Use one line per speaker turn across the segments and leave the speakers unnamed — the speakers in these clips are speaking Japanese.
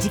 時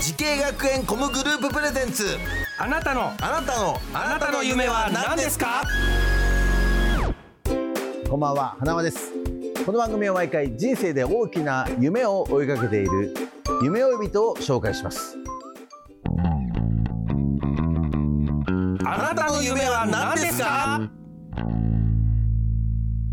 時系学園コムグループプレゼンツ
あなたの
あなたのあなたの夢は何ですか
こんばんは花輪ですこの番組は毎回人生で大きな夢を追いかけている夢追い人を紹介します
あなたの夢は何ですか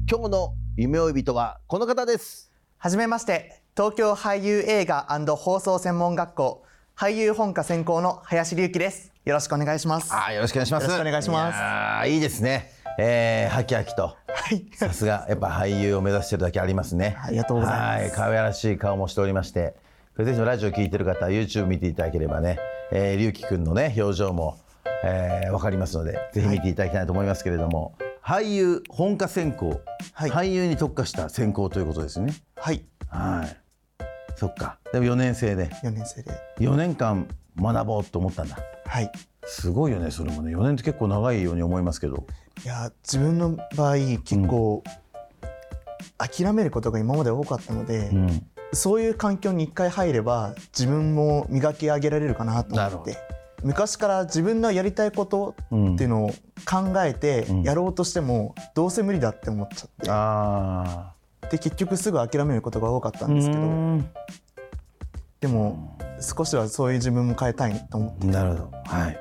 今日の夢追い人はこの方です
はじめまして、東京俳優映画放送専門学校俳優本科専攻の林隆樹です。よろしくお願いします。
あーよろしくお願いします
よろしくお願いします
あいいですねえー、はきはきと
はい。
さすがやっぱ俳優を目指してるだけありますね
ありがとうございます
はい可愛らしい顔もしておりましてこれぜひラジオ聞いてる方 YouTube 見ていただければね、えー、龍樹くんのね表情も、えー、わかりますのでぜひ見ていただきたいと思いますけれども、俳優本科専攻、
はい
俳優に特化した専攻ということですね
はい。
はいそっかでも4年生で
4年生で。
4年間学ぼうと思ったんだ
はい。
すごいよねそれもね4年って結構長いように思いますけど
いや、自分の場合、結構、諦めることが今まで多かったので、
うん
そういう環境に一回入れば、自分も磨き上げられるかなと
なる
思
ほど
って。昔から自分のやりたいこと
うん
っていうのを考えて
うん
やろうとしてもどうせ無理だって思っちゃって
あ
で結局すぐ諦めることが多かった
あ
んですけど
ど
でも少しはそういう自分も変えたいと思って
なるほど。はい。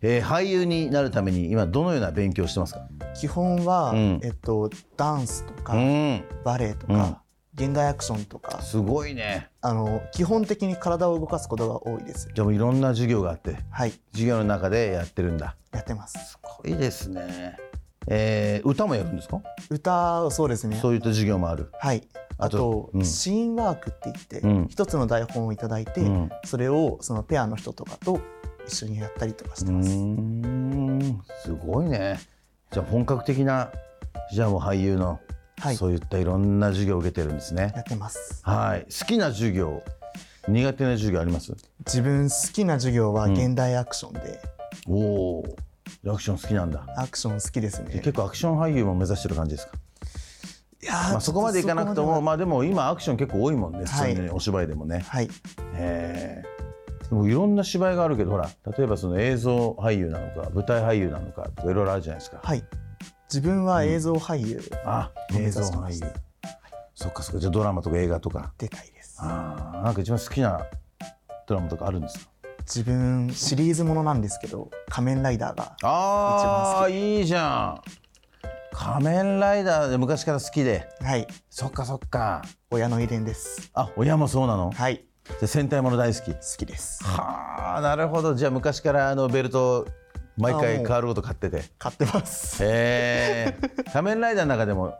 えー、俳優になるために今どのような勉強をしてますか。
基本は、
うん
えっと、ダンスとか、
ん。
バレエとか、現代アクションとか
すごいね。
あの基本的に体を動かすことが多いです
じゃあもういろんな授業があって
はい
授業の中でやってるんだ。
やってます
すごいですね。えー、歌もやるんですか。
歌をそうですね
そういった授業もある。
はい
あ
あ
と
と、
うん
シーンワークって言って、
うん
一つの台本をいただいて、
うん
それをそのペアの人とかと一緒にやったりとかしてます、
ん。すごいね。じゃあ本格的なじゃあもう俳優の、
はい
そういったいろんな授業を受けてるんですね
や。ってます
はい。好きな授業、苦手な授業あります。
自分好きな授業は
ん
現代アクションで、
おお。アクション好きなんだ。
アクション好きですね
結構アクション俳優も目指してる感じですか。
いやー
まあ、そこまでいかなくても、
そこ
まあ、でも今アクション結構多いもんね、
はい
普通にお芝居でもね。
はい
へーでもいろんな芝居があるけど、ほら、例えばその映像俳優なのか、舞台俳優なのか、とかいろいろあるじゃないですか。
はい。自分は映像俳優
あ、映像俳優。そっか、そっか、じゃあ、ドラマとか映画とか。
出たいです。
あーなんか一番好きなドラマとかあるんですか。
自分シリーズものなんですけど、仮面ライダーが
ああ、いいじゃん。仮面ライダーで昔から好きで。
はい
そっか、そっか。
親の遺伝です。
あ、親もそうなの。
はい
じゃあ戦隊もの大好き。
好きです。
はあなるほどじゃあ昔からあのベルト毎
あ
回
もう
変わること買ってて
買ってます。
へえ仮面ライダーの中でも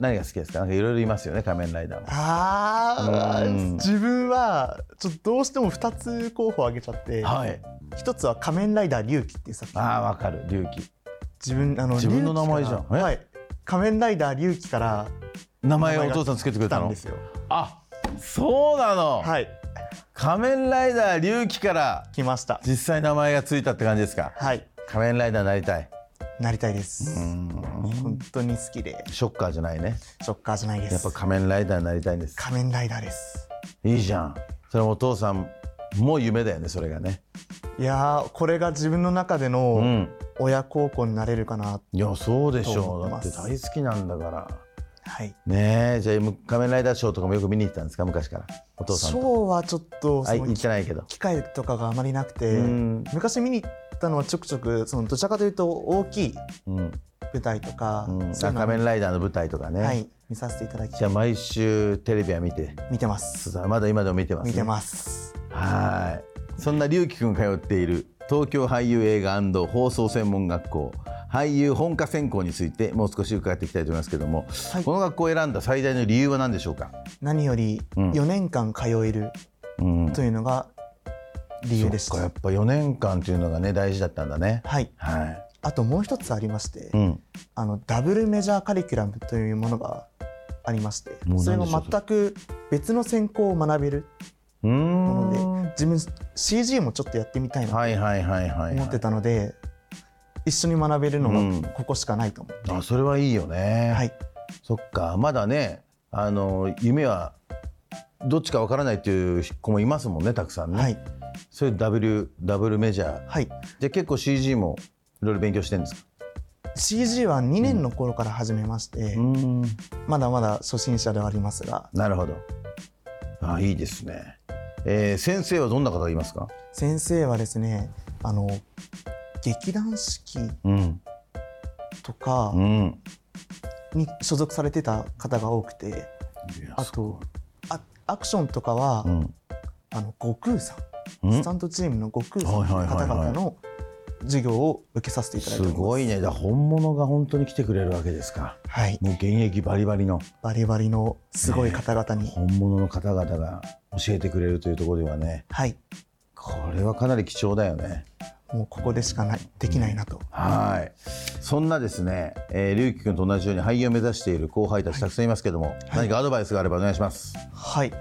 何が好きですかなんかいろいろいますよね仮面ライダーも
ああ、
うん
自分はちょっとどうしても二つ候補挙げちゃって、
はい
一つは仮面ライダー龍騎っていう作
あ
品。
あわかる龍騎
自分あの
自分の名前
龍騎から
じゃんえ
はい。仮面ライダー龍騎から
名前をお父さんつけてくれ
来
た
たん
の
ですよ。
あそうなの、
はい
仮面ライダー龍騎から
来ました。
実際名前がついたって感じですか
はい
仮面ライダーになりたい
なりたいです。本当に好きで
ショッカーじゃないね
ショッカーじゃないで
やっ
す
ぱ。仮面ライダーになりたいんです
仮面ライダーです
いいじゃんそれもお父さんも夢だよねそれがね
いやーこれが自分の中で
う
の
ん
親孝行になれるかな、
いやそうでし
と
ょ
思
う
っ
だ
て
っ
ま
て
す
大好きなんだから
はい
ねえじゃあむ仮面ライダーショーとかもよく見に行ってたんですか昔からお父さん
ショー
と
はちょっと
あ
そ
い
の
行ってないけど
機会とかがあまりなくて
うん
昔見に行ったのはちょくちょくそのどちらかというと大きい
うん、
舞台とか、
うん、あ
そういうの
仮面ライダーの舞台とかね、
はい見させていただき
じゃあ毎週テレビは見て
見てます
そうだまだ今でも見てます、ね、
見てます
はいそんな龍樹くんが通っている東京俳優映画放送専門学校俳優本科専攻についてもう少し伺っていきたいと思いますけども、
はい
この学校を選んだ最大の理由は何でしょうか、
何より
うん
4年間通える
うん、
というのが理由でし
そっかや
た
っぱ4年間っていうのがね大事だったんだね
はい
はい
あともう一つありまして、
うん
あのダブルメジャーカリキュラムというものがありまして
もう何でし
そ
ょ
れ
う
も全く別の専攻を学べる
うー
も
ん
ので自分 CG もちょっとやってみたいな
はいはいはいはい、
思
は
って
い、
たので、一緒に学べるの
うん
がここしかないと思って、
あそれはいいよね、
はい、
そっかまだねあの夢はどっちかわからないっていう子もいますもんねたくさんね、
はい、
そういうダブルダブルメジャー
はい、
じゃあ結構 CG もいろいろ勉強してるんですか
CG は2年の頃から始めまして、
ん
まだまだ初心者ではありますが
なるほどあいいですね、えー、先生はどんな方がいますか
先生はですねあの劇団四季
うん
とか
うん
に所属されてた方が多くてあとあアクションとかは、
うん
あの悟空さん
うん
スタントチームの悟空さんの
はいは
方
いはいは
々
い
の授業を受けさせていただい
す
ております
ごいねだから本物が本当に来てくれるわけですか
はい、
もう現役バリバリの
バリバリのすごい方々に、
本物の方々が教えてくれるというところではね
はい、
これはかなり貴重だよね
もうここでしかないできないなと、
はいそんなですね、えー、龍樹君と同じように俳優を目指している後輩たちたくさんいますけども、何かアドバイスがあればお願いします
はい、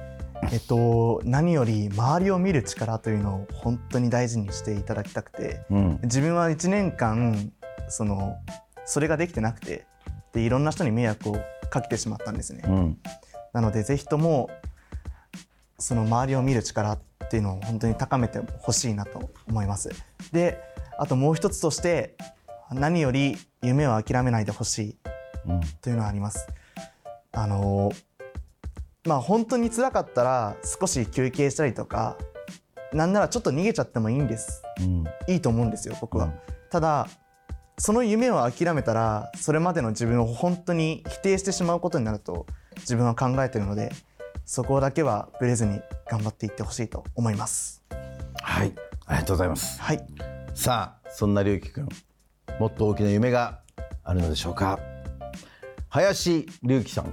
えっと何より周りを見る力というのを本当に大事にしていただきたくて、
うん
自分は1年間そのそれができてなくて、でいろんな人に迷惑をかけてしまったんですね。
うん
なのでぜひともその周りを見る力っていうのを本当に高めてほしいなと思います。であともう一つとして何より夢を諦めないでほしい
うん
というのはあります。あのまあ本当に辛かったら少し休憩したりとかなんならちょっと逃げちゃってもいいんです
うん
いいと思うんですよ僕は、
うん
ただその夢を諦めたらそれまでの自分を本当に否定してしまうことになると自分は考えてるのでそこだけはブレずに頑張っていってほしいと思います
はいありがとうございます
はい
さあそんな龍樹くんもっと大きな夢があるのでしょうか林龍樹さん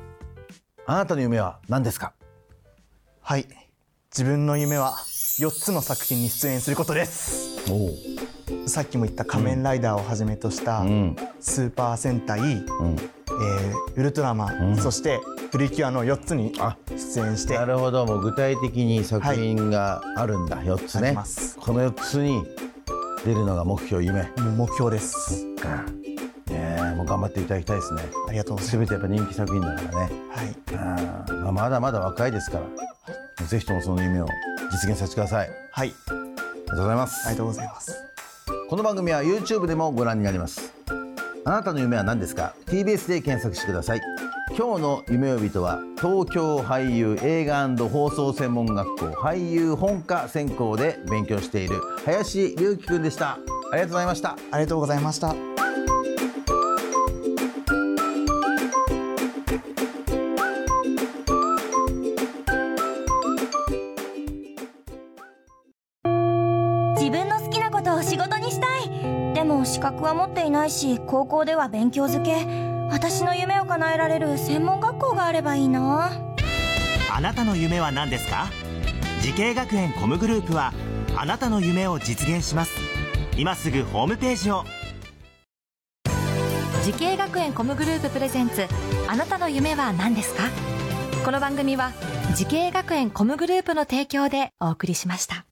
あなたの夢は何ですか
はい自分の夢は4つの作品に出演することです
おお
さっきも言った仮面ライダーをはじめとした
うん
スーパー戦隊、
うん
えーウルトラマン、そしてプリキュアの4つに
あ
出演して
なるほどもう具体的に作品があるんだ、四つ
あ
ね
ります
この四つに出るのが目標夢
もう目標です
かねえもう頑張っていただきたいですね
ありがとうござい
全てやっぱ人気作品だからね
ます、はい
うんまあまだまだ若いですからぜひともその夢を実現させてくださいあ
はい、
りがとうございます
ありがとうございます。
この番組は YouTube でもご覧になりますあなたの夢は何ですか TBS で検索してください今日の夢呼人は東京俳優映画放送専門学校俳優本科専攻で勉強している林龍樹くんでしたありがとうございました
ありがとうございました。
自分の好きなことを仕事にしたいでも資格は持っていないし高校では勉強づけ私の夢を叶えられる専門学校があればいいな
あなたの夢は何ですか時系学園コムグループはあなたの夢を実現します今すぐホームページを
時系学園コムグループプレゼンツあなたの夢は何ですかこの番組は時系学園コムグループの提供でお送りしました